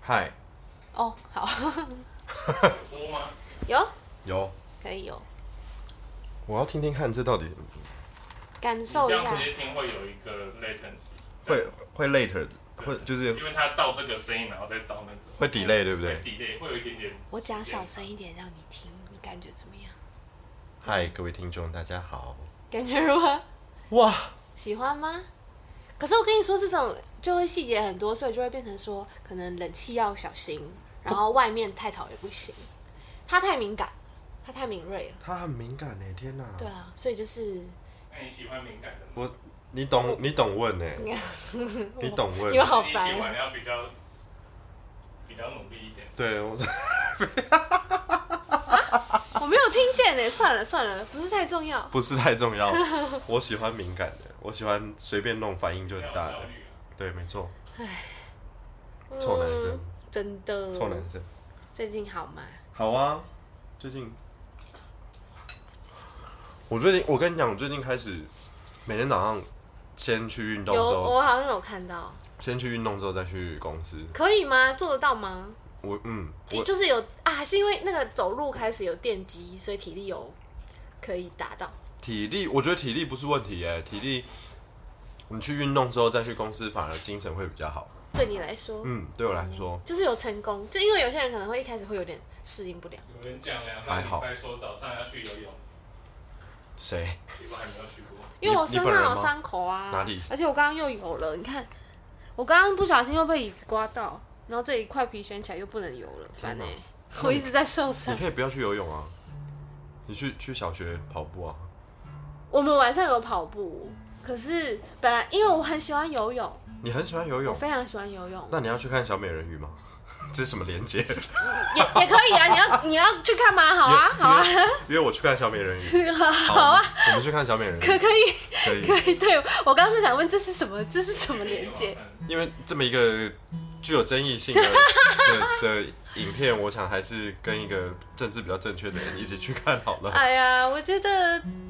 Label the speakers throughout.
Speaker 1: 嗨，
Speaker 2: 哦，好，
Speaker 3: 多吗？
Speaker 2: 有
Speaker 1: 有，
Speaker 2: 可以有
Speaker 1: 我要听听看这到底
Speaker 2: 感
Speaker 3: 这
Speaker 2: 受一
Speaker 3: 样
Speaker 2: 下
Speaker 3: 直，接听会有一个 latency，
Speaker 1: 会会 later，会就是
Speaker 3: 因为它到这个声音，然后再到那个
Speaker 1: 会 delay 对不对？
Speaker 3: delay，会有一点点。
Speaker 2: 我讲小声一点让你听，你感觉怎么样？
Speaker 1: 嗨，各位听众，大家好。
Speaker 2: 感觉如何？
Speaker 1: 哇，
Speaker 2: 喜欢吗？可是我跟你说，这种就会细节很多，所以就会变成说，可能冷气要小心，然后外面太吵也不行。他太敏感，他太敏锐了，
Speaker 1: 他很敏感呢，天哪！
Speaker 2: 对啊，所以就是
Speaker 3: 那哎你喜欢敏感的吗？
Speaker 1: 我，你懂，你懂问 呢，你懂
Speaker 2: 你们
Speaker 1: 问，
Speaker 2: 好
Speaker 3: 你
Speaker 2: 烦
Speaker 3: 喜
Speaker 2: 啊
Speaker 3: 欢要比较比较努力一点。
Speaker 1: 对，我 。
Speaker 2: 我没有听见呢，算了算了，不是太重要
Speaker 1: 不是太重要。我喜欢敏感的，我喜欢随便弄反应就很大
Speaker 3: 比较有
Speaker 1: 的
Speaker 3: 效，率啊
Speaker 1: 对，没错，
Speaker 2: 嗯
Speaker 1: 臭男生，
Speaker 2: 真的。
Speaker 1: 臭男生。
Speaker 2: 最近好吗？
Speaker 1: 好啊，最近，我最近，我跟你讲，我最近开始每天早上先去运动之
Speaker 2: 有，
Speaker 1: 后，
Speaker 2: 我好像有看到，
Speaker 1: 先去运动之后再去公司。
Speaker 2: 可以吗？做得到吗？
Speaker 1: 我嗯，
Speaker 2: 就
Speaker 1: 我
Speaker 2: 就是有啊，还是因为那个走路开始有电击，所以体力有可以达到。
Speaker 1: 体力，我觉得体力不是问题耶，体力，你去运动之后再去公司，反而精神会比较好。
Speaker 2: 对你来说，
Speaker 1: 嗯，对我来说，
Speaker 2: 就是有成功，就因为有些人可能会一开始会有点适应不了，
Speaker 3: 有人讲两
Speaker 1: 还
Speaker 3: 三
Speaker 1: 好
Speaker 3: 礼拜说早上要去游泳，
Speaker 1: 谁
Speaker 3: 我还没有去过。
Speaker 2: 因为我
Speaker 1: 你
Speaker 2: 身
Speaker 1: 你本人
Speaker 2: 上有
Speaker 1: 吗
Speaker 2: 伤口啊，
Speaker 1: 哪里
Speaker 2: 而且我刚刚又有了，你看，我刚刚不小心又被椅子刮到，然后这一块皮掀起来又不能游了，烦哎、
Speaker 1: 哪
Speaker 2: 我一直在受 伤
Speaker 1: 你。可以不要去游泳啊，你去去小学跑步啊。
Speaker 2: 我们晚上有跑步，可是本来因为我很喜欢游泳，
Speaker 1: 你很喜欢游
Speaker 2: 我
Speaker 1: 泳，
Speaker 2: 非常喜欢游泳，
Speaker 1: 那你要去看小美人鱼吗？ 这是什么连接？
Speaker 2: 也也可以啊，你要你要去干嘛？好啊，好啊，
Speaker 1: 约我去看小美人 鱼。好啊，我们去看小美人鱼，
Speaker 2: 可可以。
Speaker 1: 可以，
Speaker 2: 对对，我刚刚是想问这是什么，这是什么连接？
Speaker 1: 因为这么一个具有争议性 的的的影片，我想还是跟一个政治比较正确的人一起去看好了。
Speaker 2: 哎呀，我觉得，哎嗯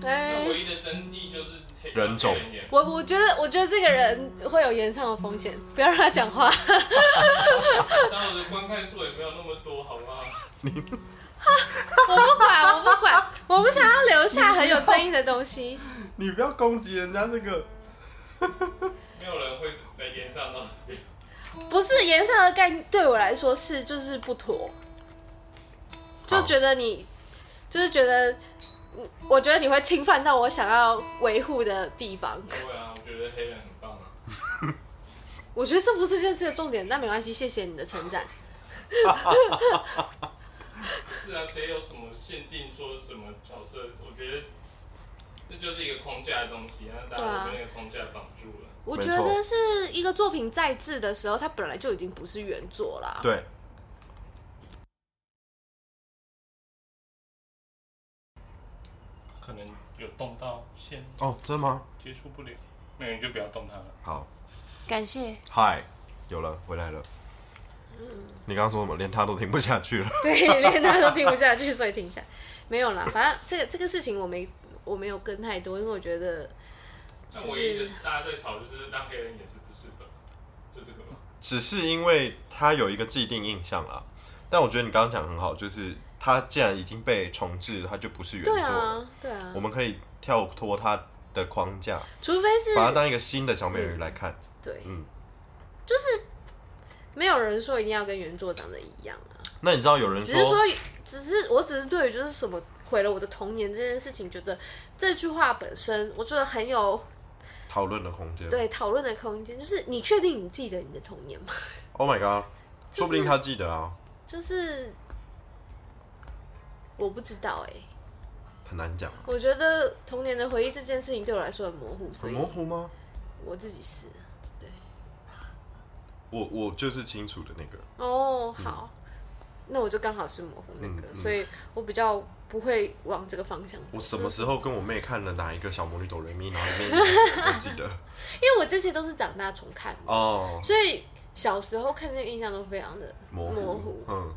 Speaker 3: 那，唯一的争议就是黑
Speaker 1: 人种
Speaker 3: 黑眼
Speaker 2: 我我觉得，我觉得这个人会有延上的风险，不要让他讲话。
Speaker 3: 但我的观看数也没有那么多，好不好？
Speaker 2: 我不管，我不管，我不想要留下很有争议的东西。
Speaker 1: 你不要攻击人家这个。
Speaker 3: 没有人会在烟上到这边。
Speaker 2: 不是延上的概念，对我来说是就是不妥，就觉得你就是觉得，我觉得你会侵犯到我想要维护的地方。
Speaker 3: 不会啊，我觉得黑人很棒啊。
Speaker 2: 我觉得这不是这件事的重点，但没关系，谢谢你的称赞。
Speaker 3: 是啊，谁有什么限定说什么角色？我觉得这就是一个框架的东西，让大
Speaker 2: 对啊
Speaker 3: 家被那个框架绑住了。
Speaker 2: 我
Speaker 1: 没
Speaker 2: 觉
Speaker 1: 错
Speaker 2: 得是一个作品在制的时候，它本来就已经不是原作啦。
Speaker 1: 对，
Speaker 3: 可能有动到线，
Speaker 1: 哦，真的吗？
Speaker 3: 接触不了，那你就不要动它了。
Speaker 1: 好，
Speaker 2: 感谢。
Speaker 1: 嗨，有了，回来了。你刚刚说什么？连他都听不下去 了。
Speaker 2: 对，连他都听不下去，所以停下。没有啦，反正这个这个事情我没我没有跟太多，因为我觉得
Speaker 3: 但唯一的大家在吵就是让黑人也是不适合，就这个
Speaker 2: 嗯
Speaker 3: 吧。
Speaker 1: 只是因为他有一个既定印象啦。但我觉得你刚刚讲得很好，就是他既然已经被重置，他就不是原作
Speaker 2: 对
Speaker 1: 了。
Speaker 2: 啊，对啊
Speaker 1: 我，们可以跳脱他的框架，
Speaker 2: 除非是
Speaker 1: 把它当一个新的小美人鱼来看。
Speaker 2: 对，
Speaker 1: 嗯
Speaker 2: 就是没有人说一定要跟原作长得一样啊，
Speaker 1: 那你知道有人
Speaker 2: 只是说，只是我只是对于就是什么毁了我的童年这件事情，觉得这句话本身我觉得很有
Speaker 1: 讨论的空间
Speaker 2: 对讨论的空间，就是你确定你记得你的童年吗？
Speaker 1: ？Oh my god，、
Speaker 2: 就是
Speaker 1: 说不定他记得啊，
Speaker 2: 就是我不知道哎、
Speaker 1: 很难讲，
Speaker 2: 我觉得童年的回忆这件事情对我来说很模糊，所
Speaker 1: 很
Speaker 2: 以
Speaker 1: 模糊吗？
Speaker 2: 我自己是
Speaker 1: 我我就是清楚的那个，
Speaker 2: 哦，好，那我就刚好是模糊那个，
Speaker 1: 嗯嗯嗯
Speaker 2: 所以我比较不会往这个方向走。
Speaker 1: 我什么
Speaker 2: 就是
Speaker 1: 时候跟我妹看了哪一个小魔女哆瑞咪，然后里面有我记 得
Speaker 2: 因为我这些都是长大重看的，
Speaker 1: 哦，
Speaker 2: 所以小时候看这个印象都非常的
Speaker 1: 模嗯
Speaker 2: 模
Speaker 1: 糊，
Speaker 2: 糊
Speaker 1: 嗯，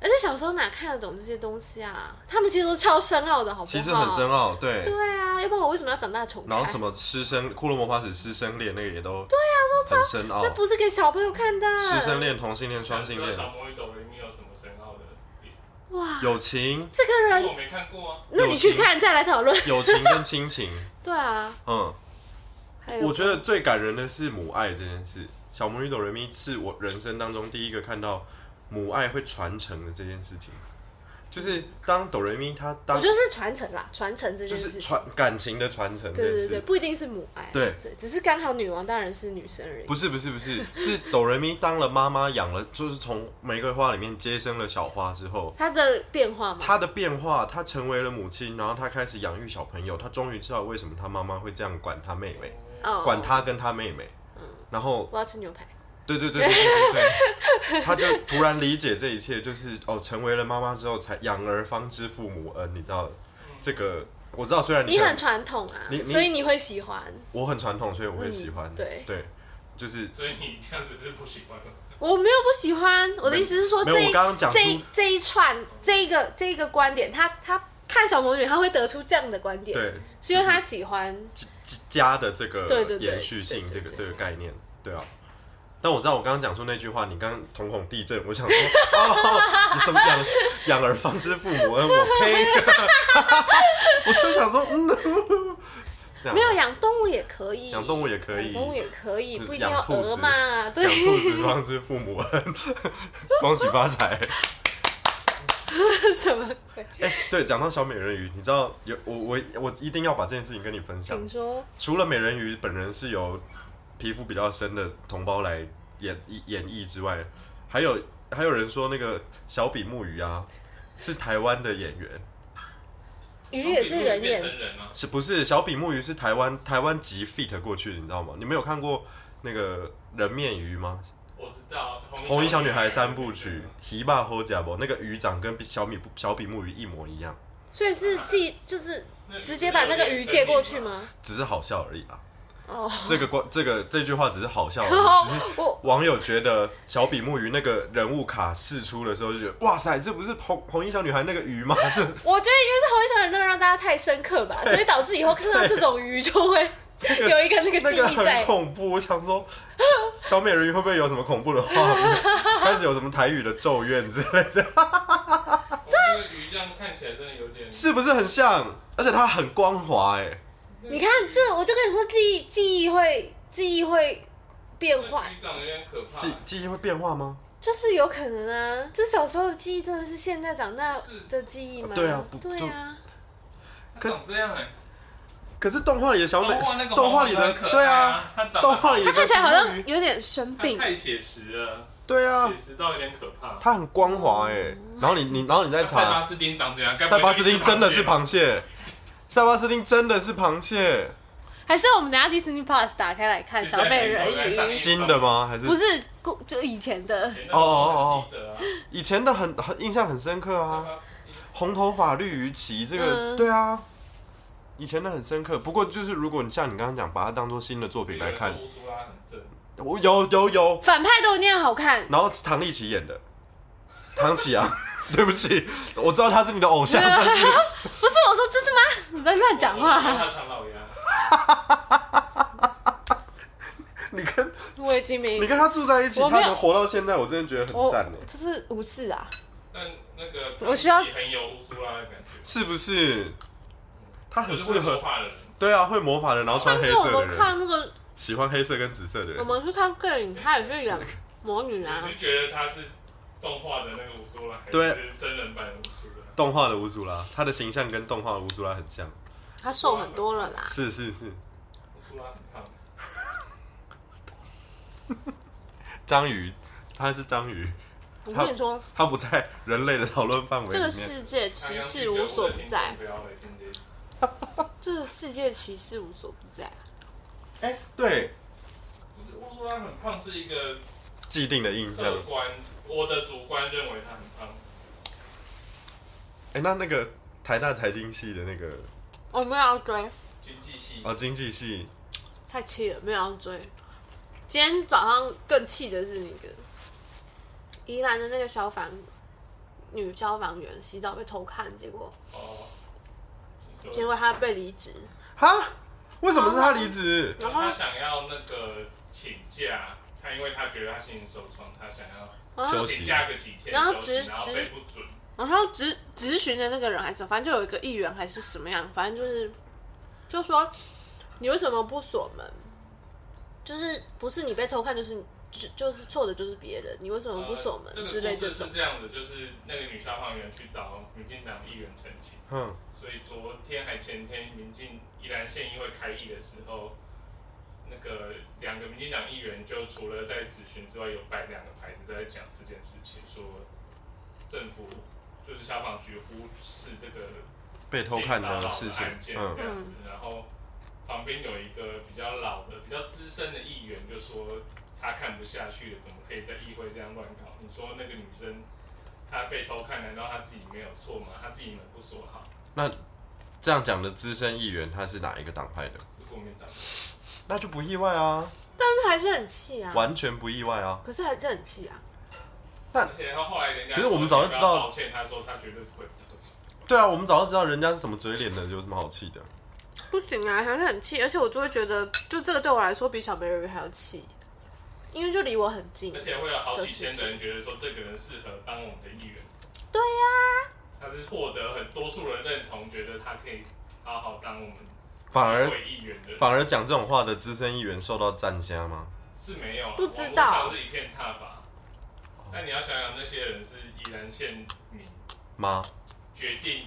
Speaker 2: 而且小时候哪看得懂这些东西啊？他们其实都超深奥的，好不好？
Speaker 1: 其实很深奥，对。
Speaker 2: 对啊，要不然我为什么要长大重看？
Speaker 1: 然后什么师生骷髅魔法使师生恋那个也都对啊，都很深奥
Speaker 2: 那。不是啊给小朋友看的。
Speaker 1: 师生恋、同性恋、双性
Speaker 3: 想知
Speaker 1: 恋
Speaker 3: 道，小魔女斗里面有什么深奥的点？
Speaker 2: 哇，
Speaker 1: 友情、
Speaker 2: 这个
Speaker 3: 因为我
Speaker 2: 人，
Speaker 3: 没看过啊。
Speaker 2: 那你去看再来讨论。
Speaker 1: 友情跟亲情，
Speaker 2: 对啊，
Speaker 1: 嗯，
Speaker 2: 还有
Speaker 1: 我觉得最感人的是母爱这件事。小魔女斗人咪是我人生当中第一个看到母爱会传承的这件事情，就是当斗人咪他
Speaker 2: 我
Speaker 1: 当
Speaker 2: 觉得是传承啦，传承这
Speaker 1: 就
Speaker 2: 件
Speaker 1: 是
Speaker 2: 事情。
Speaker 1: 传感情的传承这
Speaker 2: 对
Speaker 1: 件
Speaker 2: 对
Speaker 1: 事
Speaker 2: 对，，不一定是母爱，啊
Speaker 1: 对，
Speaker 2: 只是刚好女王当然是女生而已。
Speaker 1: 不是不是不 是，是斗人咪当了妈妈养了，就是从玫瑰花里面接生了小花之后，
Speaker 2: 她的变化嘛，
Speaker 1: 她的变化，她成为了母亲，然后她开始养育小朋友，她终于知道为什么她妈妈会这样管她妹妹，
Speaker 2: 哦，嗯
Speaker 1: 管她跟她妹妹，然后
Speaker 2: 我要吃牛排，
Speaker 1: 对对对对对对对，他就突然理解这一切，就是哦，成为了妈妈之后才养儿方知父母恩，你知道这个我知道，虽然你
Speaker 2: 你
Speaker 1: 可
Speaker 2: 很
Speaker 1: 能
Speaker 2: 传统啊
Speaker 1: 你，你
Speaker 2: 所以你会喜欢。
Speaker 1: 我很传统，所以我会喜欢，
Speaker 2: 嗯对
Speaker 1: 对，就是
Speaker 3: 所以你这样子是不喜欢吗？
Speaker 2: 我没有不喜欢，我的意思是说
Speaker 1: 没
Speaker 2: 这
Speaker 1: 有
Speaker 2: 一
Speaker 1: 我刚刚讲出
Speaker 2: 这一这一串这一个这一个观点，他他看小魔女，他会得出这样的观点，
Speaker 1: 对
Speaker 2: 是因为他喜欢。
Speaker 1: 家的这个
Speaker 2: 对对对
Speaker 1: 延续性，这
Speaker 2: 对对
Speaker 1: 个
Speaker 2: 对
Speaker 1: 这个概念，对啊。但我知道我刚刚讲出那句话，你刚刚瞳孔地震，我想说，哦，你什么养养儿方知父母恩，我呸！我就想说，嗯，这样
Speaker 2: 没有养动物也可以，
Speaker 1: 养动物也可以
Speaker 2: 养动物也可以，
Speaker 1: 就是
Speaker 2: 不一定要
Speaker 1: 养兔子
Speaker 2: 鹅嘛，对
Speaker 1: 养，兔子方知父母 恩，恭喜发财。
Speaker 2: 什么鬼？
Speaker 1: 哎、对，讲到小美人鱼，你知道有我我我一定要把这件事情跟你分享
Speaker 2: 请。说，
Speaker 1: 除了美人鱼本人是由皮肤比较深的同胞来演演绎之外，还有还有人说那个小比目鱼啊，是台湾的演员，
Speaker 2: 鱼也是人
Speaker 3: 变
Speaker 2: 演，
Speaker 3: 成人啊，
Speaker 1: 是不是？小比目鱼是台湾台湾籍 fit 过去的，你知道吗？你们有看过那个人面鱼吗？
Speaker 3: 我知道。啊
Speaker 1: 《红衣小女孩》三部曲，《希霸侯甲伯》那个鱼长跟小米小比目鱼一模一样，
Speaker 2: 所以是既就是
Speaker 3: 那你
Speaker 2: 直接把那个鱼借过去吗？
Speaker 1: 只是好笑而已啊。
Speaker 2: 哦，
Speaker 1: 这个关这个这句话只是好 笑而已，只是
Speaker 2: 我
Speaker 1: 网友觉得小比目鱼那个人物卡试出的时候，就觉得哇塞，这不是红红衣小女孩那个鱼 吗？这
Speaker 2: 我觉得因为是红衣小人，那个让大家太深刻吧，所以导致以后看到这种鱼就会有一个那个
Speaker 1: 那
Speaker 2: 记
Speaker 1: 个
Speaker 2: 忆在
Speaker 1: 很。恐怖。我想说，小美人鱼会不会有什么恐怖的画面？ 开始有什么台语的咒怨之类的，
Speaker 3: 对啊，那个鱼这样看起来真的有点。
Speaker 1: 是不是很像？而且它很光滑、哎，
Speaker 2: 你看这，我就跟你说，记忆记忆会记忆会变化，
Speaker 3: 鱼长得有点可怕。
Speaker 1: 记记忆会变化吗？
Speaker 2: 就是有可能啊。就小时候的记忆真的是现在长大的记忆吗？
Speaker 1: 对啊不
Speaker 2: 对啊。
Speaker 3: 它长这样哎，
Speaker 1: 可是动画里的小美
Speaker 3: 动哦画那，个
Speaker 1: 哦动画里
Speaker 3: 黄
Speaker 1: 的
Speaker 3: 黄很可爱
Speaker 1: 对啊
Speaker 3: 啊，它长得
Speaker 1: 动画里的
Speaker 2: 他看起来好
Speaker 1: 小美
Speaker 2: 像
Speaker 1: 人鱼
Speaker 2: 有点生
Speaker 3: 它
Speaker 2: 病，
Speaker 3: 太写实了，
Speaker 1: 对啊
Speaker 3: 写，实到有点可怕。
Speaker 1: 它很光滑哎、然后你你然后你再
Speaker 3: 那塞巴
Speaker 1: 查，
Speaker 3: 斯汀长怎样？该不
Speaker 1: 塞
Speaker 3: 会
Speaker 1: 巴斯汀真的是
Speaker 3: 一只
Speaker 1: 螃
Speaker 3: 螃蟹
Speaker 1: 蟹，塞巴斯汀真的是螃蟹。
Speaker 2: 还是我们等一下 Disney Plus 打开来看《小美人鱼》？
Speaker 1: 新的吗？还是
Speaker 2: 不是，故就以前的。
Speaker 3: 吧？
Speaker 1: 哦哦哦
Speaker 3: 哎我记得啊，
Speaker 1: 以前的很很印象很深刻
Speaker 3: 塞
Speaker 1: 啊？
Speaker 3: 巴斯汀
Speaker 1: 红头发绿鱼鳍这个，
Speaker 2: 嗯
Speaker 1: 对啊，以前的很深刻。不过就是如果你像你刚刚讲，把它当做新的作品来看
Speaker 3: 有人，说乌苏拉很正，
Speaker 1: 我有有有，
Speaker 2: 反派都那样好 看，
Speaker 1: 然后唐立奇演的，唐启 阳，对不起，我知道他是你的偶像，但是
Speaker 2: 不是我说真的吗？你在乱讲
Speaker 3: 我知道
Speaker 2: 话，
Speaker 3: 他唐老鸭，
Speaker 1: 你跟
Speaker 2: 我已经没
Speaker 1: 你跟他住在一起，
Speaker 2: 我
Speaker 1: 他
Speaker 2: 没有
Speaker 1: 能活到现在，我真的觉得很
Speaker 2: 我
Speaker 1: 赞哎，
Speaker 2: 就是无视啊，
Speaker 3: 但那个
Speaker 2: 我需要
Speaker 3: 唐吉很有乌苏拉的感觉，
Speaker 1: 是不是？他很
Speaker 3: 就
Speaker 1: 适
Speaker 3: 是会魔
Speaker 1: 合，
Speaker 3: 法人，
Speaker 1: 对啊，会魔法的，然后穿
Speaker 2: 上
Speaker 1: 黑
Speaker 2: 次我
Speaker 1: 色的
Speaker 2: 们
Speaker 1: 人，
Speaker 2: 看那个，
Speaker 1: 喜欢黑色跟紫色的
Speaker 2: 我
Speaker 1: 人，
Speaker 2: 们去看电影，他也是演魔女啊
Speaker 3: 我就，觉得他是动画的那个乌苏拉，还
Speaker 1: 对
Speaker 3: 是真人版的乌苏拉。
Speaker 1: 动画的乌苏拉，他的形象跟动画的乌苏拉很像，
Speaker 2: 他瘦很多了啦。
Speaker 1: 是是是。
Speaker 3: 乌苏拉很胖，
Speaker 1: 章鱼，它是章鱼，
Speaker 2: 我跟你说，
Speaker 1: 它不在人类的讨论范围里
Speaker 2: 这
Speaker 1: 面。
Speaker 2: 个世界歧视无所不在，
Speaker 3: 不要来听这一集
Speaker 2: 这个世界歧视无所不在。
Speaker 1: 哎、对，
Speaker 3: 不是乌苏拉很胖是一个
Speaker 1: 既定的印象。
Speaker 3: 客
Speaker 2: 嗯
Speaker 1: 哎、
Speaker 3: 观，我的主观认为他很胖。
Speaker 1: 哎那那个台大财经系的那个
Speaker 3: 嗯
Speaker 2: 我没有要追，
Speaker 3: 经济系
Speaker 1: 哦，经济系，
Speaker 2: 太气了，没有要追。今天早上更气的是那个宜兰的那个小贩女消防员洗澡被偷看，结果
Speaker 3: 哦，你
Speaker 2: 结
Speaker 3: 说
Speaker 2: 果她被离职，
Speaker 1: 哈？为什么是他离职？
Speaker 2: 然后
Speaker 3: 他想要那个请假，他因为他觉得他心灵受创，他想要
Speaker 2: 然后
Speaker 1: 休息
Speaker 3: 请假个几天
Speaker 2: 然后
Speaker 3: 休
Speaker 2: 只
Speaker 3: 息，然后
Speaker 2: 只
Speaker 3: 被不准，
Speaker 2: 然后执执询的那个人还是反正就有一个议员还是什么样，反正就是就说你为什么不锁门？就是不是你被偷看，就是就就是错的就是别人，你为什么不锁门
Speaker 3: 呃这个
Speaker 2: 之类
Speaker 3: 故
Speaker 2: 这
Speaker 3: 事
Speaker 2: 种
Speaker 3: 是？这样的，就是那个女消防员去找民进党议员澄清，
Speaker 1: 嗯，
Speaker 3: 所以昨天还前天，民进宜兰县议会开议的时候，那个两个民进党议员就除了在质询之外，有摆两个牌子在讲这件事情，说政府就是消防局忽视这个
Speaker 1: 被偷看的事情
Speaker 3: 案，件
Speaker 1: 嗯
Speaker 3: 这，样子，然后旁边有一个比较老的、比较资深的议员就说他看不下去了，怎么可以在议会这样乱搞？你说那个女生她被偷看，难道她自己没有错吗？她自己门不锁好，
Speaker 1: 这样讲的资深议员他是哪一个党派的？
Speaker 3: 是国民党。
Speaker 1: 那就不意外啊，
Speaker 2: 但是还是很气啊，
Speaker 1: 完全不意外啊。
Speaker 2: 可是还是很气啊。
Speaker 3: 而且他后来人家
Speaker 1: 可是我们早就知道
Speaker 3: 说你要道歉，他说他绝对不会道歉。
Speaker 1: 对啊，我们早就知道人家是什么嘴脸的，有什么好气的？
Speaker 2: 不行啊，还是很气，而且我就会觉得，就这个对我来说比小美人鱼还要气，因为就离我很近
Speaker 3: 而。且会有好几千的人觉得说这个人适合当我们的议员。
Speaker 2: 对呀、
Speaker 3: 他是获得很多数人认同，觉得他可以好好当我们
Speaker 1: 反而
Speaker 3: 会议员的人。
Speaker 1: 反而讲这种话的资深议员受到赞虾吗？
Speaker 3: 是没有啊，
Speaker 2: 不知道
Speaker 3: 网络上是一片挞伐。但你要想想，那些人是宜兰县民
Speaker 1: 妈，
Speaker 3: 决定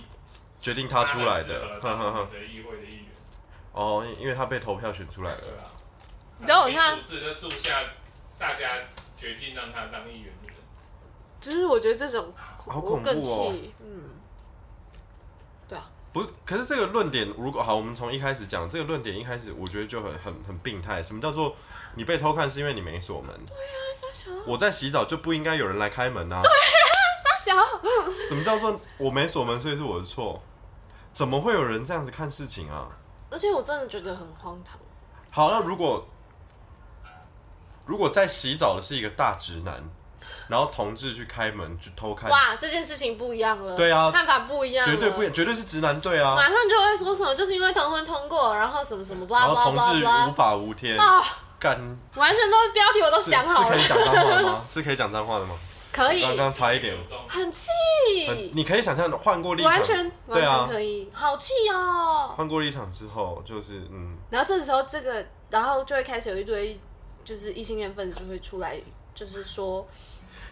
Speaker 1: 决定他出来
Speaker 3: 很适合
Speaker 1: 的，哼
Speaker 3: 当
Speaker 1: 哼
Speaker 3: 我
Speaker 1: 哼
Speaker 3: 们。的议会的议员，
Speaker 1: 哦，因为他被投票选出来
Speaker 3: 对
Speaker 1: 了。
Speaker 3: 啊。
Speaker 2: 你知道我
Speaker 3: 民
Speaker 2: 看
Speaker 3: 主制的度下，大家决定让他当议员的人，
Speaker 2: 就是我觉得这种
Speaker 1: 好
Speaker 2: 我
Speaker 1: 恐怖哦
Speaker 2: 更气，嗯，对啊，
Speaker 1: 不是，可是这个论点，如果好，我们从一开始讲这个论点，一开始我觉得就很很很病态。什么叫做你被偷看是因为你没锁门？
Speaker 2: 傻小
Speaker 1: 我在洗澡就不应该有人来开门啊！
Speaker 2: 傻小，
Speaker 1: 什么叫做我没锁门，所以是我的错？怎么会有人这样子看事情啊？
Speaker 2: 而且我真的觉得很荒唐，
Speaker 1: 好，那如果如果在洗澡的是一个大直男，然后同志去开门去偷看，
Speaker 2: 哇，这件事情不一样了，
Speaker 1: 哎对啊
Speaker 2: 看法不一样了，
Speaker 1: 绝对不，绝对是直男对啊。
Speaker 2: 马上就会说什么，就是因为同婚通过，然后什么什么，巴
Speaker 1: 然
Speaker 2: 拉
Speaker 1: 后
Speaker 2: 巴
Speaker 1: 同志
Speaker 2: 拉
Speaker 1: 无
Speaker 2: 巴
Speaker 1: 法无天，
Speaker 2: 拉，啊，
Speaker 1: 干
Speaker 2: 完全都标题我都
Speaker 1: 是
Speaker 2: 想好了，
Speaker 1: 是可以讲脏话的吗？ 是可以讲脏话的吗？
Speaker 2: 可以，
Speaker 1: 刚刚差一点
Speaker 3: 流，动
Speaker 2: 很气，
Speaker 1: 嗯你可以想象换过立场，
Speaker 2: 完全完
Speaker 1: 对
Speaker 2: 全
Speaker 1: 啊，
Speaker 2: 可以，好气哦。
Speaker 1: 换过立场之后就是嗯，
Speaker 2: 然后这时候这个，然后就会开始有一堆就是异性恋分子就会出来，就是说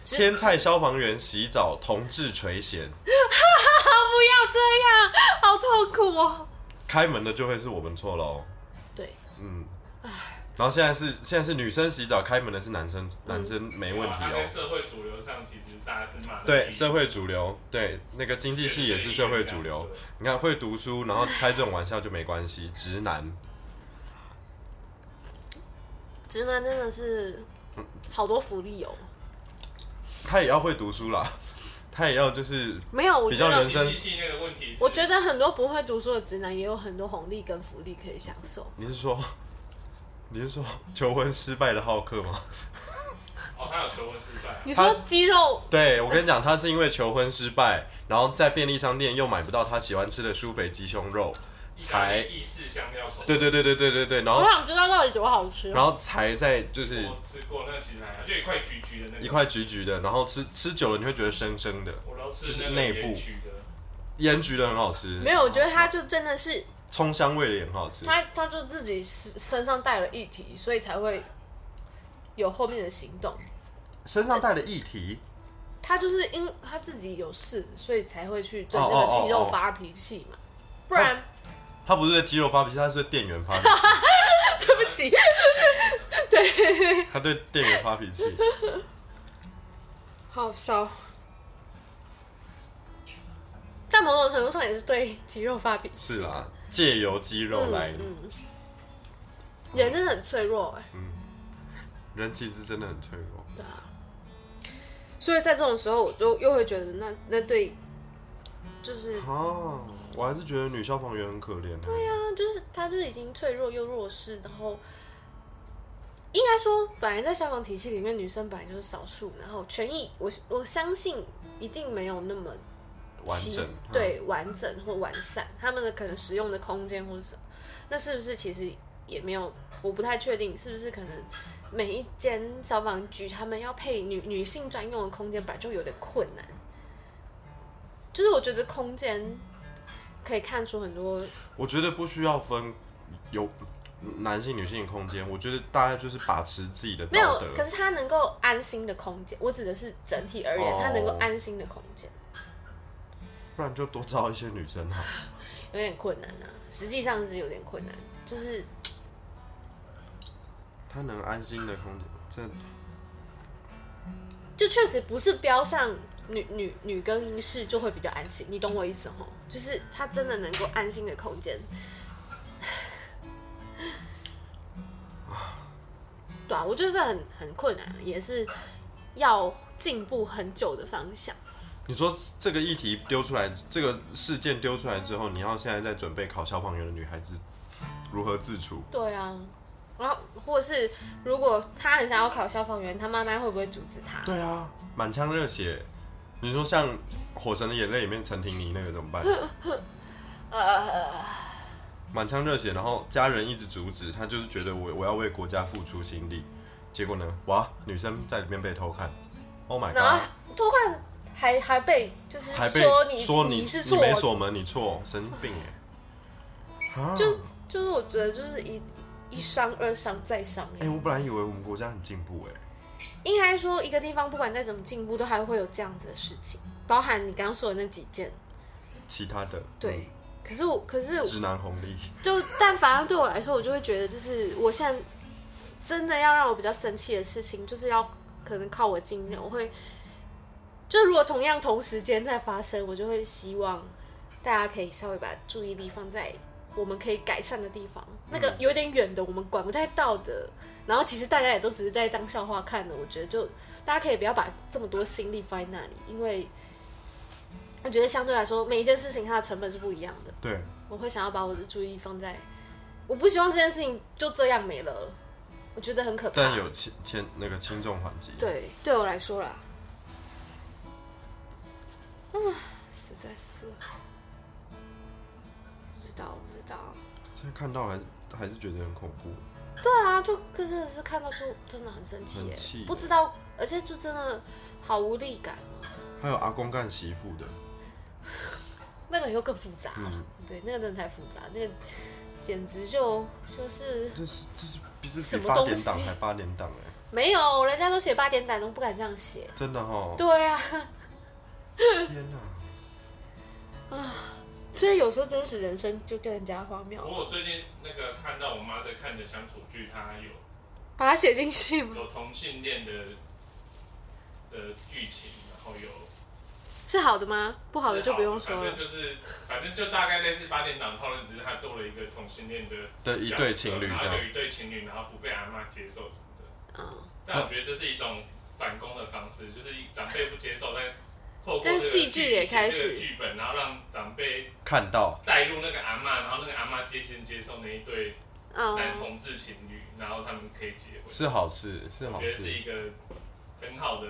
Speaker 2: 只
Speaker 1: 天 菜消防员洗澡，同志垂涎，
Speaker 2: 啊不要这样，好痛苦哦。
Speaker 1: 开门的就会是我们错喽。
Speaker 2: 对，
Speaker 1: 嗯，然后现在是现在是女生洗澡，开门的是男生，男生没问题
Speaker 3: 他在
Speaker 1: 哦。
Speaker 3: 社会主流上，其实大家是骂
Speaker 1: 对，社会主流，对那个经济系也是社会主流。你看会读书，然后开这种玩笑就没关系，直男。
Speaker 2: 直男真的是好多福利哦。
Speaker 1: 他也要会读书啦， 他也要就是
Speaker 2: 没有，我
Speaker 1: 比
Speaker 2: 觉
Speaker 1: 较
Speaker 2: 得
Speaker 1: 人生
Speaker 3: 经济系那个问题是，
Speaker 2: 我觉得很多不会读书的直男也有很多红利跟福利可以享受。
Speaker 1: 你是说你是说求婚失败的好客吗？
Speaker 3: 哦，他有求婚失败啊，
Speaker 2: 你说肌肉
Speaker 1: 对我跟你讲，他是因为求婚失败，然后在便利商店又买不到他喜欢吃的酥肥鸡胸肉，才
Speaker 3: 意式香料口，
Speaker 1: 对对对对对对对，然
Speaker 2: 我
Speaker 1: 后
Speaker 2: 想知道到底多好吃
Speaker 1: 然。后才在就是
Speaker 3: 我吃过那个其实还好，就一块橘橘的那个，
Speaker 1: 一块橘橘的，然后吃吃久了你会觉得生生的，
Speaker 3: 我都吃
Speaker 1: 就是
Speaker 3: 那个
Speaker 1: 内部
Speaker 3: 盐焗的，
Speaker 1: 盐焗的很好吃，
Speaker 2: 没有，我觉得他就真的是
Speaker 1: 葱香味的也很好吃。
Speaker 2: 他，他就自己身上带了议题，所以才会有后面的行动。
Speaker 1: 身上带的议题，
Speaker 2: 他就是因他自己有事，所以才会去对
Speaker 1: 哦
Speaker 2: 那
Speaker 1: 哦
Speaker 2: 个
Speaker 1: 哦
Speaker 2: 肌肉
Speaker 1: 哦
Speaker 2: 发脾气嘛。不然，
Speaker 1: 他不是对肌肉发脾气，他是对店员发脾气，
Speaker 2: 对不起，
Speaker 1: 他对店员发脾
Speaker 2: 啊
Speaker 1: 气。
Speaker 2: 好烧。但某种程度上也是对肌肉发脾气。
Speaker 1: 是啊啦，借由肌肉来，
Speaker 2: 嗯嗯，人真的很脆弱哎、
Speaker 1: 人其实真的很脆弱。
Speaker 2: 对啊。所以在这种时候，我就又会觉得那那对，就是
Speaker 1: 哦，我还是觉得女消防员很可怜。欸对呀、
Speaker 2: 啊，就是他就是已经脆弱又弱势，然后应该说，本来在消防体系里面，女生本来就是少数，然后权益，我我相信一定没有那么
Speaker 1: 完
Speaker 2: 齐
Speaker 1: 整，嗯，
Speaker 2: 对完整或完善，他们的可能使用的空间或者什么，那是不是其实也没有？我不太确定，是不是可能每一间消防局他们要配女女性专用的空间，本来就有点困难。就是我觉得空间可以看出很多，
Speaker 1: 我觉得不需要分有男性女性的空间，我觉得大家就是把持自己的
Speaker 2: 没有
Speaker 1: 道德，。
Speaker 2: 可是它能够安心的空间，我指的是整体而言，它能够
Speaker 1: 哦
Speaker 2: 安心的空间。
Speaker 1: 不然就多招一些女生好了。
Speaker 2: 有点困难啊，实际上是有点困难，就是
Speaker 1: 他能安心的空间，这
Speaker 2: 就确实不是标上女女女更衣室就会比较安心，你懂我意思吼？就是它真的能够安心的空间，对啊，我觉得这很很困难，也是要进步很久的方向。
Speaker 1: 你说这个议题丢出来，这个事件丢出来之后，你要现在在准备考消防员的女孩子如何自处？
Speaker 2: 对啊，然后或是如果他很想要考消防员，他妈妈会不会阻止他？
Speaker 1: 对啊，满腔热血。你说像《火神的眼泪》里面陈婷妮那个怎么 办？
Speaker 2: 呃，
Speaker 1: 满腔热血，然后家人一直阻止，他就是觉得我我要为国家付出心力。结果呢，哇，女生在里面被偷看，Oh my
Speaker 2: 然后
Speaker 1: god！
Speaker 2: 偷看还还被就是
Speaker 1: 还被
Speaker 2: 说你
Speaker 1: 说
Speaker 2: 你是
Speaker 1: 你
Speaker 2: 错
Speaker 1: 没锁门，你错，神经病哎！啊，
Speaker 2: 就是就是我觉得就是一一伤二伤再伤耶、
Speaker 1: 哎、我本来以为我们国家很进步哎、
Speaker 2: 应该说一个地方不管再怎么进步，都还会有这样子的事情，包含你刚刚说的那几件，
Speaker 1: 其他的
Speaker 2: 对。可是我，可是
Speaker 1: 嗯直男红利，
Speaker 2: 就但反正对我来说，我就会觉得，就是我现在真的要让我比较生气的事情，就是要可能靠我经验，我会就如果同样同时间在发生，我就会希望大家可以稍微把注意力放在我们可以改善的地方，那个有点远的我们管不太到的。然后其实大家也都只是在当笑话看的，我觉得就大家可以不要把这么多心力放在那里，因为我觉得相对来说每一件事情它的成本是不一样的。
Speaker 1: 对，
Speaker 2: 我会想要把我的注意力放在，我不希望这件事情就这样没了，我觉得很可怕。
Speaker 1: 但有轻轻那个轻重缓急，
Speaker 2: 对，对我来说啦，啊，实在是不知道，不知道。
Speaker 1: 现在看到还是还是觉得很恐怖。
Speaker 2: 对啊，就可是是看到就真的很生气耶
Speaker 1: 很气耶，
Speaker 2: 不知道，而且就真的好无力感哦，
Speaker 1: 还有阿公干媳妇的，
Speaker 2: 那个又更复杂了，
Speaker 1: 嗯
Speaker 2: 对，那个真的太复杂，那个简直就就是
Speaker 1: 这是这是比这
Speaker 2: 什
Speaker 1: 是
Speaker 2: 么
Speaker 1: 比八点
Speaker 2: 东
Speaker 1: 档
Speaker 2: 西
Speaker 1: 还八点档哎、
Speaker 2: 没有，人家都写八点档都不敢这样写。
Speaker 1: 真的哈，
Speaker 2: 对啊。
Speaker 1: 天哪、
Speaker 2: 所以有时候真实人生就更加荒谬
Speaker 3: 不，过我最近那个看到我妈在看的乡土剧，她有
Speaker 2: 把它写进去吗？
Speaker 3: 有同性恋的的剧情，然后有
Speaker 2: 是好的吗？不好的就不用说
Speaker 3: 反
Speaker 2: 了
Speaker 3: 正。就是反正就大概类似八点档讨论，只是他多了一个同性恋的
Speaker 1: 的一对情侣
Speaker 3: 然后
Speaker 1: 这
Speaker 3: 就
Speaker 1: 样，
Speaker 3: 一对情侣，然后不被阿妈接受什么的。
Speaker 2: 嗯，
Speaker 3: 但我觉得这是一种反攻的方式，就是长辈不接受，但透过
Speaker 2: 但
Speaker 3: 这个
Speaker 2: 戏剧也开
Speaker 3: 这
Speaker 2: 始
Speaker 3: 个剧本，然后让长辈
Speaker 1: 看到
Speaker 3: 带入那个阿妈，然后那个阿妈接先接受那一对男
Speaker 2: 哦，
Speaker 3: 同志情侣，然后他们可以结婚。
Speaker 1: 是好事，是
Speaker 3: 我
Speaker 1: 好
Speaker 3: 觉得是
Speaker 1: 事
Speaker 3: 一个很好的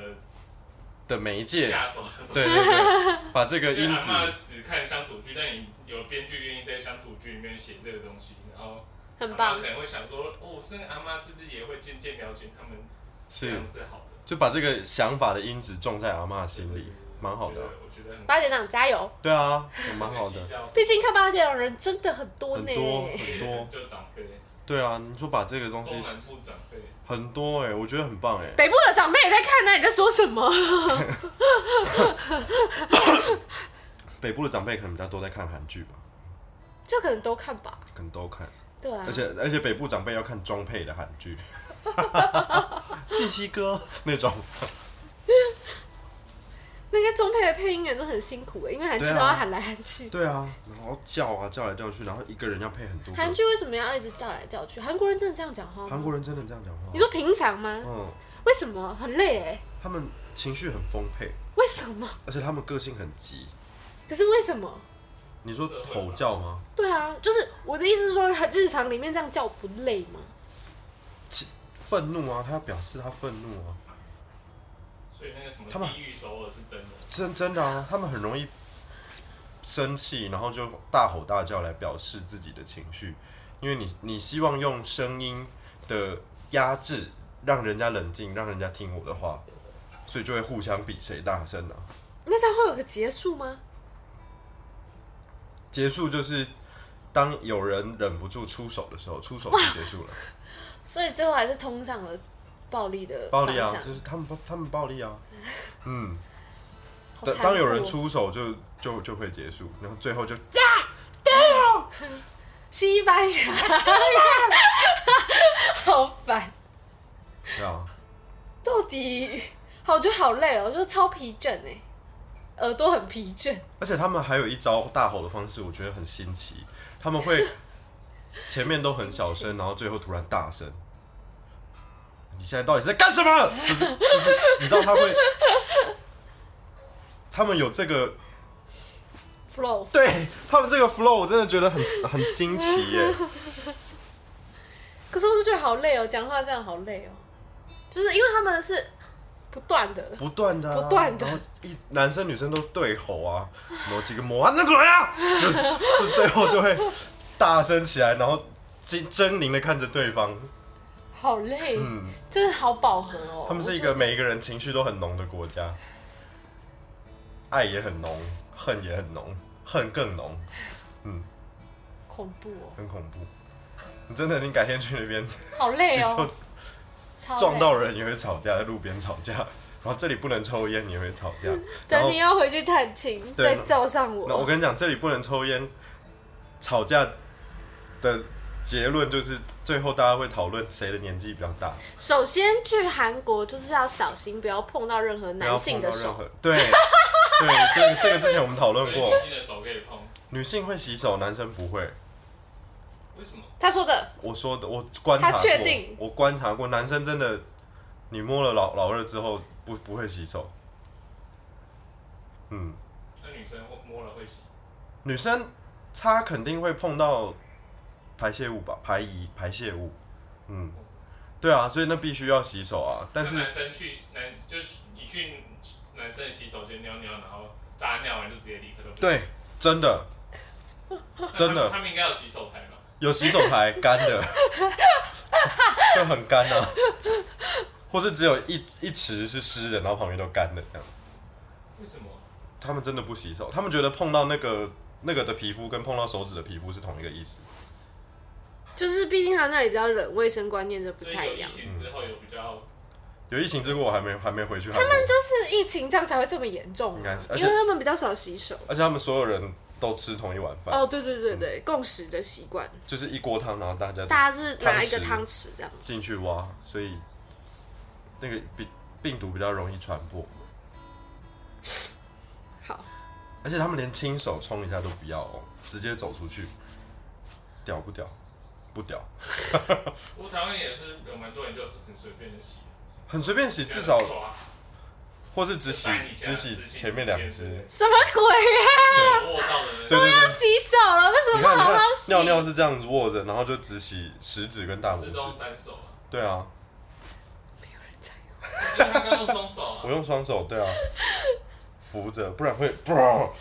Speaker 1: 的媒介，
Speaker 3: 下手。
Speaker 1: 对对 对，啊把这个
Speaker 3: 因为
Speaker 1: 因
Speaker 3: 阿
Speaker 1: 子
Speaker 3: 妈只看乡土剧，但你有编剧愿意在乡土剧里面写这个东西，然后
Speaker 2: 很
Speaker 3: 阿嬷
Speaker 2: 棒
Speaker 3: 可。能会想说，哦，是那个阿妈是不是也会渐渐了解他们这
Speaker 1: 是
Speaker 3: 样是好的？
Speaker 1: 就把这个想法的因子种在阿妈心里，蛮好的啊、
Speaker 3: 我觉得我觉得很
Speaker 2: 八点档加油！
Speaker 1: 对啊，蛮好的，
Speaker 2: 毕竟看八点档的人真的很多
Speaker 1: 很
Speaker 2: 呢。
Speaker 1: 多很多，
Speaker 3: 就长辈，
Speaker 1: 对啊，你说把这个东西
Speaker 3: 中南部长辈，
Speaker 1: 很多哎、我觉得很棒哎、
Speaker 2: 北部的长辈也在看呢，你在说什么？
Speaker 1: 北部的长辈可能比较多在看韩剧吧，
Speaker 2: 就可能都看吧。
Speaker 1: 可能都看，
Speaker 2: 对啊
Speaker 1: 而，且而且北部长辈要看中配的韩 剧，第七哥 那种，
Speaker 2: 那些中配的配音员都很辛苦耶，欸因为韩剧
Speaker 1: 对啊
Speaker 2: 都要喊来喊去。
Speaker 1: 对啊，然后叫啊叫来叫去，然后一个人要配很多个，
Speaker 2: 韩剧为什么要一直叫来叫去？韩国人真的这样讲话
Speaker 1: 韩
Speaker 2: 吗？
Speaker 1: 国人真的这样讲话
Speaker 2: 你，说平常吗？
Speaker 1: 嗯，
Speaker 2: 为什么很累？哎，
Speaker 1: 他们情绪很丰沛，
Speaker 2: 为什么？
Speaker 1: 而且他们个性很急，
Speaker 2: 可是为什么？
Speaker 1: 你说吼叫吗？
Speaker 2: 对啊，就是我的意思是说，日常里面这样叫不累吗？
Speaker 1: 气愤怒啊，他要表示他愤怒啊，
Speaker 3: 所以那个什么
Speaker 1: 他们
Speaker 3: 地狱首尔是真的。
Speaker 1: 真真的啊，他们很容易生气，然后就大吼大叫来表示自己的情绪，因为你你希望用声音的压制让人家冷静，让人家听我的话，所以就会互相比谁大声啊。
Speaker 2: 那这样会有个结束吗？
Speaker 1: 结束就是当有人忍不住出手的时候，出手就结束了。
Speaker 2: 所以最后还是通上了暴力的
Speaker 1: 暴力啊
Speaker 2: 方，向
Speaker 1: 就是他们暴他们暴力啊，嗯，
Speaker 2: 好
Speaker 1: 当
Speaker 2: 残
Speaker 1: 当有人
Speaker 2: 酷哦
Speaker 1: 出手就就就会结束，然后最后就
Speaker 2: 西班牙，西班牙，好烦，
Speaker 1: 啊，
Speaker 2: 到底好就好累哦，就是超疲倦哎，耳朵很疲倦，
Speaker 1: 而且他们还有一招大吼的方式，我觉得很新奇，他们 会前面都很小声，然后最后突然大声。你现在到底是在干什么？就是就是，你知道他会， 他们有这 个
Speaker 2: flow，
Speaker 1: 对他们这个 flow，我真的觉得很很惊奇耶。
Speaker 2: 可是我就觉得好累哦，讲话这样好累哦，就是因为他们是不断的，
Speaker 1: 不断的、啊，
Speaker 2: 不断地
Speaker 1: 然后一男生女生都对吼啊，某几个魔啊，那鬼啊， 就就最后就会大声起来，然后狰狰狞的看着对方。
Speaker 2: 好累，
Speaker 1: 嗯，
Speaker 2: 真的好饱和哦。
Speaker 1: 他们是一
Speaker 2: 我
Speaker 1: 个每一个人情绪都很浓的国家，爱也很浓，恨也很浓，恨更浓，
Speaker 2: 就恐怖哦，
Speaker 1: 很恐怖。你真的，你改天去那边，
Speaker 2: 好累
Speaker 1: 你说
Speaker 2: 哦，超累
Speaker 1: 撞到。人也会吵架，在路边吵架，然后这里不能抽烟也会吵 架，然
Speaker 2: 等
Speaker 1: 后
Speaker 2: 你要回去探亲，
Speaker 1: 对
Speaker 2: 再叫上
Speaker 1: 那我
Speaker 2: 我。
Speaker 1: 跟你讲，这里不能抽烟，吵架的结论就是最后大家会讨论谁的年纪比较大，
Speaker 2: 首先去韩国就是要小心，不要碰到任何
Speaker 1: 不要
Speaker 2: 男性
Speaker 1: 碰
Speaker 2: 的
Speaker 1: 到任何
Speaker 2: 手。
Speaker 1: 对对，这个这个之前我们讨
Speaker 3: 所
Speaker 1: 论
Speaker 3: 以
Speaker 1: 过
Speaker 3: 女，性的手可以碰，
Speaker 1: 女性会洗手，男生不会。
Speaker 3: 为什么？
Speaker 2: 他说的，
Speaker 1: 我说的，我观察
Speaker 2: 他
Speaker 1: 过，
Speaker 2: 确定
Speaker 1: 我观察过，男生真的，你摸了老老二之后不不会洗手，嗯，
Speaker 3: 那女生摸了会洗？
Speaker 1: 女生擦肯定会碰到排泄物吧，排遗排泄物，嗯，对啊，所以那必须要洗手啊，但是
Speaker 3: 那男生去男就是你去男生的洗手间尿尿，然后大家尿完就直接立刻都，
Speaker 1: 对，真的
Speaker 3: 那他们
Speaker 1: 真的
Speaker 3: 他们应该有洗手台吧？
Speaker 1: 有洗手台干的， 就很干啊，或是只有一一池是湿的，然后旁边都干的这样。
Speaker 3: 为什么？
Speaker 1: 他们真的不洗手，他们觉得碰到那个那个的皮肤跟碰到手指的皮肤是同一个意思。
Speaker 2: 就是毕竟他那里比较冷，卫生观念就不
Speaker 3: 所以
Speaker 2: 太
Speaker 3: 有
Speaker 2: 一
Speaker 3: 疫
Speaker 2: 样。
Speaker 3: 情之后有比较，
Speaker 1: 有疫情之后，我还没还没回去韩
Speaker 2: 他
Speaker 1: 国
Speaker 2: 们，就是疫情这样才会这么严重
Speaker 1: 应
Speaker 2: 啊，
Speaker 1: 该是，而
Speaker 2: 因
Speaker 1: 且
Speaker 2: 为他们比较少洗手。
Speaker 1: 而且他们所有人都吃同一碗饭，
Speaker 2: 哦，对对对
Speaker 1: 嗯
Speaker 2: 对，共识的习惯，
Speaker 1: 就是一锅汤，然后大家都
Speaker 2: 大家是拿一个
Speaker 1: 汤匙
Speaker 2: 汤匙这样。
Speaker 1: 进去挖，所以那个比病毒比较容易传播，
Speaker 2: 好，
Speaker 1: 而且他们连亲手冲一下都不要哦，直接走出去，屌不屌？不屌，
Speaker 3: 我台湾也是有蛮多人就很随便的洗，
Speaker 1: 很随便洗，至少
Speaker 3: 抓
Speaker 1: 或是只洗
Speaker 3: 就翻一下
Speaker 1: 只洗
Speaker 3: 啊只洗
Speaker 1: 前面两
Speaker 3: 指尖
Speaker 1: 只，
Speaker 2: 什么鬼啊？
Speaker 3: 握到的
Speaker 1: 对对对
Speaker 2: 要。洗手了，为什么
Speaker 1: 你
Speaker 2: 不
Speaker 1: 看，你
Speaker 2: 好
Speaker 1: 看
Speaker 2: 好，洗？
Speaker 1: 尿尿是这样子握着，然后就只洗食指跟大拇
Speaker 3: 自
Speaker 1: 指。
Speaker 3: 动单手啊，
Speaker 1: 对啊，
Speaker 3: 因为他刚用双手啊
Speaker 1: 我，用双手，对啊，扶着，不然会。 啵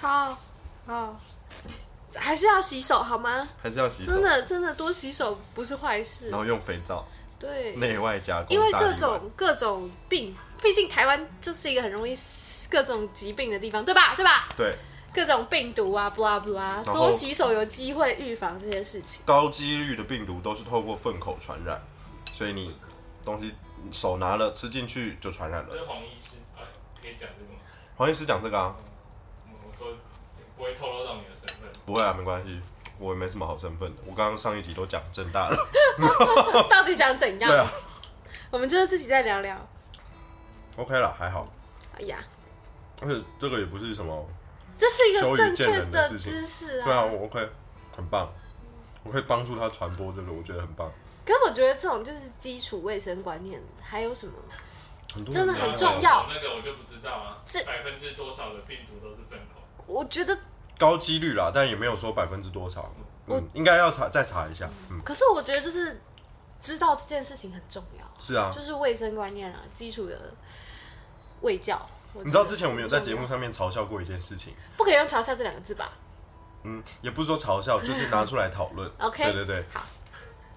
Speaker 2: 好好，还是要洗手好吗？
Speaker 1: 还是要洗手，
Speaker 2: 真的真的多洗手不是坏事
Speaker 1: 然，后用肥皂，
Speaker 2: 对，
Speaker 1: 内外夹攻。
Speaker 2: 因为
Speaker 1: 大力
Speaker 2: 各
Speaker 1: 丸
Speaker 2: 种各种病，毕竟台湾就是一个很容易各种疾病的地方，对吧？对吧？
Speaker 1: 对
Speaker 2: 各种病毒啊，不啦不啦，
Speaker 1: 后
Speaker 2: 多洗手有机会预防这些 事情。
Speaker 1: 高几率的病毒都是透过粪口传染，所以你东西手拿了吃进去就传染
Speaker 3: 这
Speaker 1: 了。
Speaker 3: 是黄医师，哎，可以讲这个吗？
Speaker 1: 黄医师讲这个啊，
Speaker 3: 我我说不会透露到你的身份，
Speaker 1: 不会啊，没关系，我也没什么好身份的。我刚刚上一集都讲正 大了，
Speaker 2: 到底想怎样？
Speaker 1: 对啊
Speaker 2: 我们就是自己再聊聊。
Speaker 1: ，OK 了，还好。
Speaker 2: 哎呀，
Speaker 1: 而且这个也不是什么
Speaker 2: 这是一个
Speaker 1: 羞于
Speaker 2: 正
Speaker 1: 见
Speaker 2: 确
Speaker 1: 人的事情
Speaker 2: 知识啊。
Speaker 1: 对啊，我 OK，很棒，我可以帮助他传播这个，我觉得很棒。
Speaker 2: 可是我觉得这种就是基础卫生观念，还有什么？
Speaker 1: 很多
Speaker 2: 真的
Speaker 1: 人
Speaker 2: 很
Speaker 1: 都
Speaker 2: 重要
Speaker 3: 那个我就不知道啊
Speaker 2: 这，
Speaker 3: 百分之多少的病毒都是粪口？
Speaker 2: 我觉得，
Speaker 1: 高几率啦，但也没有说百分之多少。
Speaker 2: 我
Speaker 1: 嗯，应该要查再查一下。嗯，
Speaker 2: 可是我觉得就是知道这件事情很重要，
Speaker 1: 是啊，
Speaker 2: 就是卫生观念啊，基础的卫教。我
Speaker 1: 你知道
Speaker 2: 觉得
Speaker 1: 之前我们有在节目
Speaker 2: 很重
Speaker 1: 上面嘲笑过一件事情，
Speaker 2: 要，不可以用嘲笑这两个字吧？。
Speaker 1: 嗯，也不是说嘲笑，就是拿出来讨论
Speaker 2: OK
Speaker 1: 对对对
Speaker 2: 好，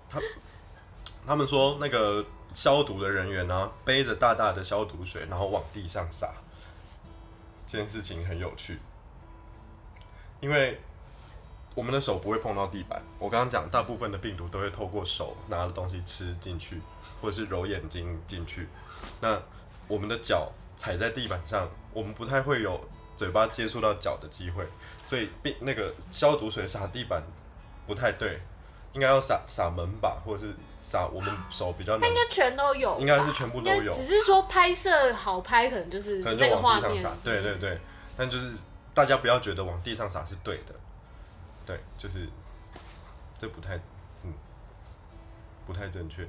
Speaker 1: 他他们说那个消毒的人员呢、背着大大的消毒水，然后往地上撒，这件事情很有趣，因为我们的手不会碰到地板。我刚刚讲，大部分的病毒都会透过手拿的东西吃进去，或是揉眼睛进去。那我们的脚踩在地板上，我们不太会有嘴巴接触到脚的机会，所以病那个消毒水洒地板不太对，应该要洒洒门把，或者是洒我们手比较能
Speaker 2: 应，该全都有吧，
Speaker 1: 应该是全部都
Speaker 2: 应
Speaker 1: 有
Speaker 2: 该。只是说拍摄好拍，可能就是
Speaker 1: 可能
Speaker 2: 那
Speaker 1: 就往
Speaker 2: 个画
Speaker 1: 地上
Speaker 2: 面
Speaker 1: 撒。。对对对，但就是大家不要觉得往地上撒是对的，对，就是这不太，嗯，不太正确。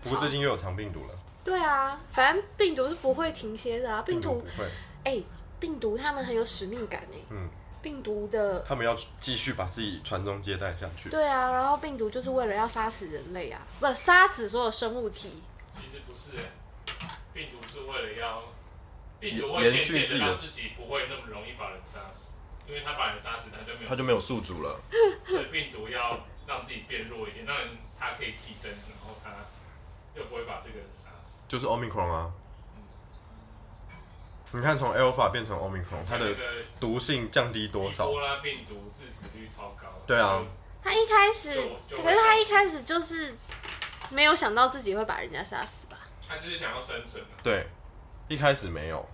Speaker 1: 不过最近又有肠病毒了，
Speaker 2: 对啊，反正病毒是不会停歇的啊，病
Speaker 1: 毒
Speaker 2: 毒
Speaker 1: 嗯不会，
Speaker 2: 哎、病毒他们很有使命感哎、
Speaker 1: 嗯，
Speaker 2: 病毒的
Speaker 1: 他们要继续把自己传宗接代下去。
Speaker 2: 对啊，然后病毒就是为了要杀死人类啊，不杀死所有生物体，
Speaker 3: 其实不是欸，病毒是为了要病毒
Speaker 1: 延
Speaker 3: 会
Speaker 1: 延续自己
Speaker 3: 渐渐的
Speaker 1: 的
Speaker 3: 让自己不会那么容易把人杀死，因为他把人杀死，他就没有
Speaker 1: 他就没有宿主了，
Speaker 3: 所以病毒要让自己变弱一点，让人它可以寄生，然后它又不会把这个人杀死。
Speaker 1: 就是 Omicron 啊。你看，从 Alpha 变成 Omicron，它的
Speaker 3: 那个
Speaker 1: 毒性降低多
Speaker 3: 伊
Speaker 1: 少？
Speaker 3: 波拉病毒致死率超高。
Speaker 1: 对啊
Speaker 2: 他一开始，
Speaker 3: 就就
Speaker 2: 可是他一开始就是没有想到自己会把人家杀死吧？
Speaker 3: 他就是想要生存啊。
Speaker 1: 对，一开始没有，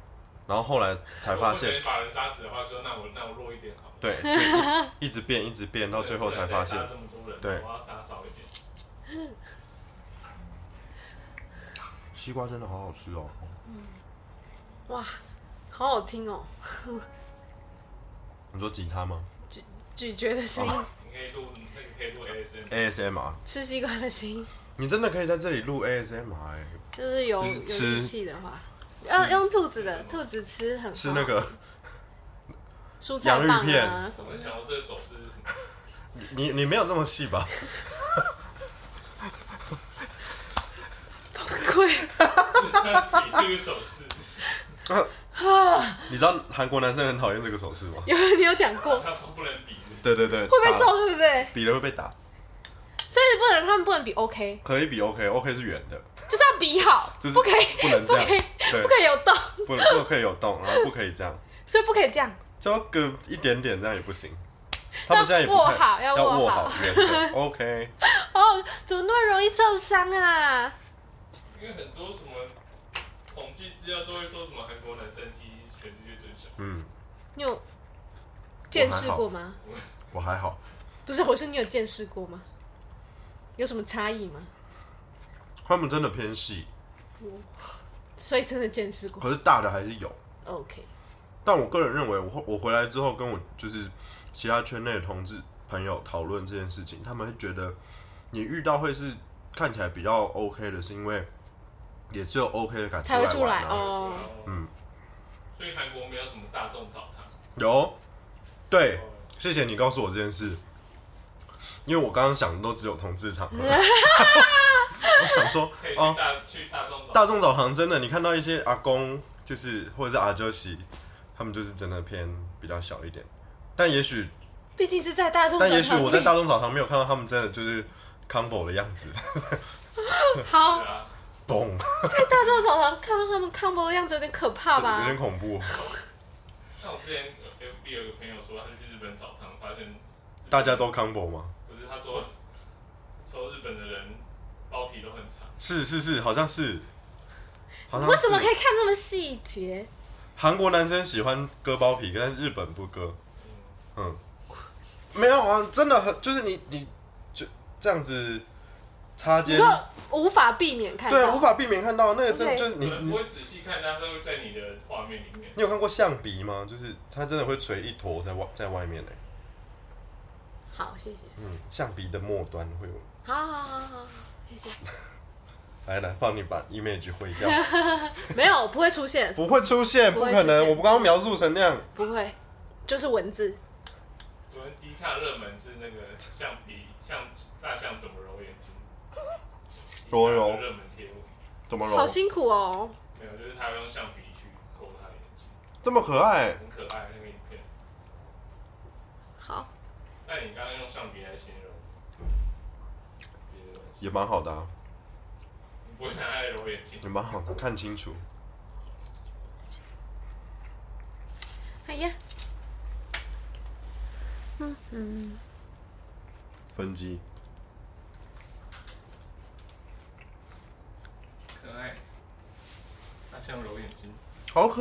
Speaker 1: 然后后来才发
Speaker 3: 如果
Speaker 1: 现
Speaker 3: 别人，把人杀死的话，说那我那我弱一点好了。
Speaker 1: 对，就一一直变，一直变，到最后才发现
Speaker 3: 对不能再杀这么多人，
Speaker 1: 对
Speaker 3: 我要杀少一点。
Speaker 1: 西瓜真的好好吃哦。
Speaker 2: 哇，好好听哦，
Speaker 1: 你说吉他吗
Speaker 2: 咀嚼的声音，
Speaker 1: 哦
Speaker 3: 你可以录那个可以录
Speaker 1: 哎
Speaker 3: ASM，
Speaker 1: ？ASMR，
Speaker 2: 吃西瓜的声音，
Speaker 1: 你真的可以在这里录 ASMR，、欸、
Speaker 2: 就是有
Speaker 1: 就
Speaker 2: 有
Speaker 1: 是吃
Speaker 2: 力气的话，要用兔子的，兔子吃很
Speaker 1: 吃那
Speaker 3: 啊
Speaker 1: 个
Speaker 2: 蔬菜
Speaker 1: 洋芋
Speaker 2: 棒
Speaker 1: 片
Speaker 2: 啊，
Speaker 3: 我想到这个手势是什么？
Speaker 1: 你你没有这么细吧？
Speaker 2: 贵
Speaker 3: 你这个手势，
Speaker 1: 你知道韩国男生很讨厌这个手势吗？
Speaker 2: 有你有讲过，
Speaker 3: 他说不能比，
Speaker 1: 对对对，
Speaker 2: 会被
Speaker 1: 打
Speaker 2: 揍，对不对？
Speaker 1: 比了会被打，
Speaker 2: 所以不能他们不能比 OK，
Speaker 1: 可以比 OK，OK、是圆的，
Speaker 2: 就是要比好，
Speaker 1: 就是
Speaker 2: 不可以
Speaker 1: 不能
Speaker 2: 不
Speaker 1: 这
Speaker 2: 可以
Speaker 1: 样，对
Speaker 2: 不，可以有动，
Speaker 1: 不能不可以有动，然后不可以这样，
Speaker 2: 所以不可以这样。
Speaker 1: 交个一点点这样也不行。他们现在也不
Speaker 2: 握
Speaker 1: 太
Speaker 2: 好要
Speaker 1: 要
Speaker 2: 握
Speaker 1: 握
Speaker 2: 好
Speaker 1: 好圆的，OK。
Speaker 2: 哦，怎么那么容易受伤啊？
Speaker 3: 因为很多什么统计资料都会说什么韩国男生基因是全世界最小。
Speaker 1: 嗯，
Speaker 2: 你有见识过吗？
Speaker 1: 我还好，
Speaker 2: 不是，我是你有见识过吗？有什么差异吗？
Speaker 1: 他们真的偏细，
Speaker 2: 所以真的见识过。
Speaker 1: 可是大的还是有。
Speaker 2: OK，
Speaker 1: 但我个人认为我，后我回来之后跟我就是其他圈内的同志朋友讨论这件事情，他们会觉得你遇到会是看起来比较 OK 的，是因为也只有 OK 的敢出
Speaker 2: 才会
Speaker 1: 来
Speaker 2: 出
Speaker 1: 玩啊。
Speaker 2: 来哦。
Speaker 1: 嗯，
Speaker 3: 所以韩国没有什么大众澡堂，
Speaker 1: 有，对，谢谢你告诉我这件事，因为我刚刚想的都只有同志 场合，我想说
Speaker 3: 可以去
Speaker 1: 哦，
Speaker 3: 大、去大众澡
Speaker 1: 大
Speaker 3: 堂。
Speaker 1: 众澡堂真的，你看到一些阿公，就是或者是阿娇媳，他们就是真的偏比较小一点。但也许，
Speaker 2: 毕竟是在大众
Speaker 1: 但
Speaker 2: 转
Speaker 1: 也许
Speaker 2: 场
Speaker 1: 我在
Speaker 2: 地
Speaker 1: 大众澡堂没有看到他们真的就是 combo 的样子，
Speaker 3: 对
Speaker 2: 好，
Speaker 3: 啊，
Speaker 1: 嘣，
Speaker 2: 在大众澡堂看到他们 combo 的样子有点可 怕
Speaker 1: 有
Speaker 2: 吧
Speaker 1: 点？恐怖。
Speaker 3: 像我之前有 FB 有一个朋友说，他去日本澡堂，发现
Speaker 1: 大家都 combo 吗？
Speaker 3: 不是他说 说日本的人包皮都很长，
Speaker 1: 是是是，好像是。好像是
Speaker 2: 为什么可以看这么细节？
Speaker 1: 韩国男生喜欢割包皮，但是日本不割？嗯，没有啊，真的很就是你你就这样子擦
Speaker 2: 你
Speaker 1: 肩
Speaker 2: 说，无法避免
Speaker 1: 嗯
Speaker 2: 看
Speaker 1: 对，无
Speaker 2: 到，
Speaker 1: 法避免看到那个真
Speaker 2: OK
Speaker 1: 就是你
Speaker 3: 可能
Speaker 1: 你
Speaker 3: 不会仔细看，但他会在你的画面里面。
Speaker 1: 你有看过象鼻吗？就是它真的会垂一坨在外在外面呢、
Speaker 2: 好，谢谢。
Speaker 1: 嗯，象鼻的末端会有。
Speaker 2: 好好好好，谢谢。
Speaker 1: 来来，帮你把 image 毁 掉，
Speaker 2: 没有，不会出现，
Speaker 1: 不会出现，
Speaker 2: 不
Speaker 1: 不
Speaker 2: 会
Speaker 1: 可
Speaker 2: 出
Speaker 1: 能！
Speaker 2: 现
Speaker 1: 我不刚刚描述成那样，
Speaker 2: 不会，就是文字。
Speaker 3: 昨天低卡热门是那个橡皮像大象怎么揉眼睛，
Speaker 1: 罗柔
Speaker 3: 热门贴文，
Speaker 1: 怎么
Speaker 2: 好
Speaker 1: 揉？
Speaker 2: 辛苦哦。
Speaker 3: 没有，就是他用橡皮去勾他的眼睛，
Speaker 1: 这么可爱，
Speaker 3: 很可爱那个影片。
Speaker 2: 好，
Speaker 3: 那你刚刚用橡皮来形容别的东西，
Speaker 1: 也蛮好的、啊，
Speaker 3: 你不会拿来揉眼睛
Speaker 1: 也？蛮好的，看清楚。
Speaker 2: 哎呀，
Speaker 1: 分机，
Speaker 3: 可爱，他像揉眼睛。
Speaker 1: 好可。